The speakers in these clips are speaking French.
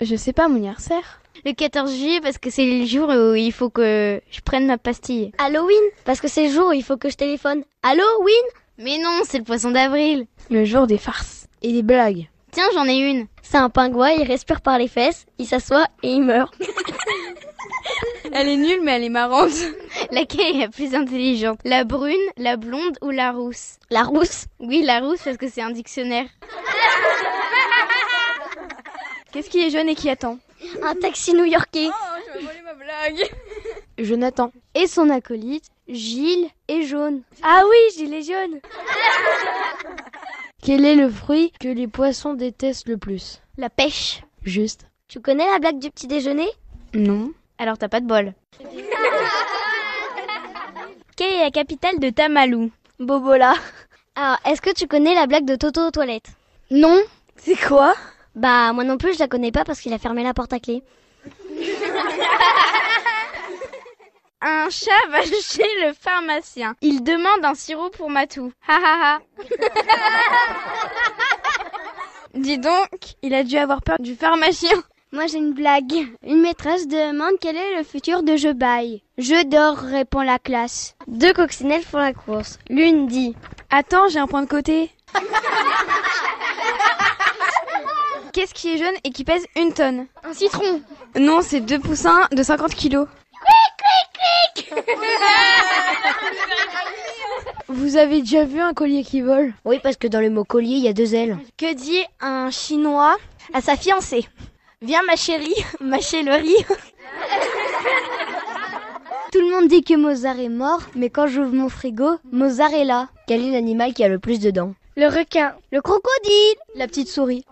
Je sais pas, mon anniversaire. Le 14 juillet parce que c'est le jour où il faut que je prenne ma pastille. Halloween, parce que c'est le jour où il faut que je téléphone. Halloween Mais non, c'est le poisson d'avril. Le jour des farces et des blagues. Tiens, j'en ai une. C'est un pingouin, il respire par les fesses, il s'assoit et il meurt. Elle est nulle, mais elle est marrante. Laquelle est la plus intelligente La brune, la blonde ou la rousse La rousse Oui, la rousse parce que c'est un dictionnaire. Qu'est-ce qui est jeune et qui attend Un taxi new-yorkais. Jonathan. Et son acolyte, Gilles est jaune. Ah oui, gilet jaune. Quel est le fruit que les poissons détestent le plus La pêche. Juste. Tu connais la blague du petit déjeuner Non. Alors t'as pas de bol. Quelle est la capitale de Tamalou Bobola. Alors, est-ce que tu connais la blague de Toto aux toilettes Non C'est quoi Bah, moi non plus, je la connais pas parce qu'il a fermé la porte à clé. Un chat va chez le pharmacien. Il demande un sirop pour Matou. Ha ha ha. Dis donc, il a dû avoir peur du pharmacien. Moi j'ai une blague. Une maîtresse demande quel est le futur de Je baille. Je dors, répond la classe. Deux coccinelles font la course. L'une dit Attends, j'ai un point de côté. Qu'est-ce qui est jeune et qui pèse une tonne Un citron. Non, c'est deux poussins de 50 kilos. Vous avez déjà vu un collier qui vole Oui, parce que dans le mot collier, il y a deux ailes. Que dit un chinois à sa fiancée Viens ma chérie, mâcher le riz. Tout le monde dit que Mozart est mort, mais quand j'ouvre mon frigo, Mozart est là. Quel est l'animal qui a le plus de dents Le requin, le crocodile, la petite souris.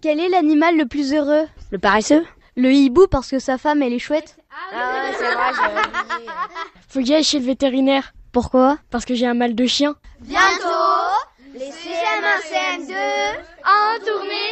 Quel est l'animal le plus heureux Le paresseux Le hibou parce que sa femme elle est chouette Ah Ah Faut que j'aille chez le vétérinaire. Pourquoi Parce que j'ai un mal de chien. Bientôt, les CM1, CM2 en tournée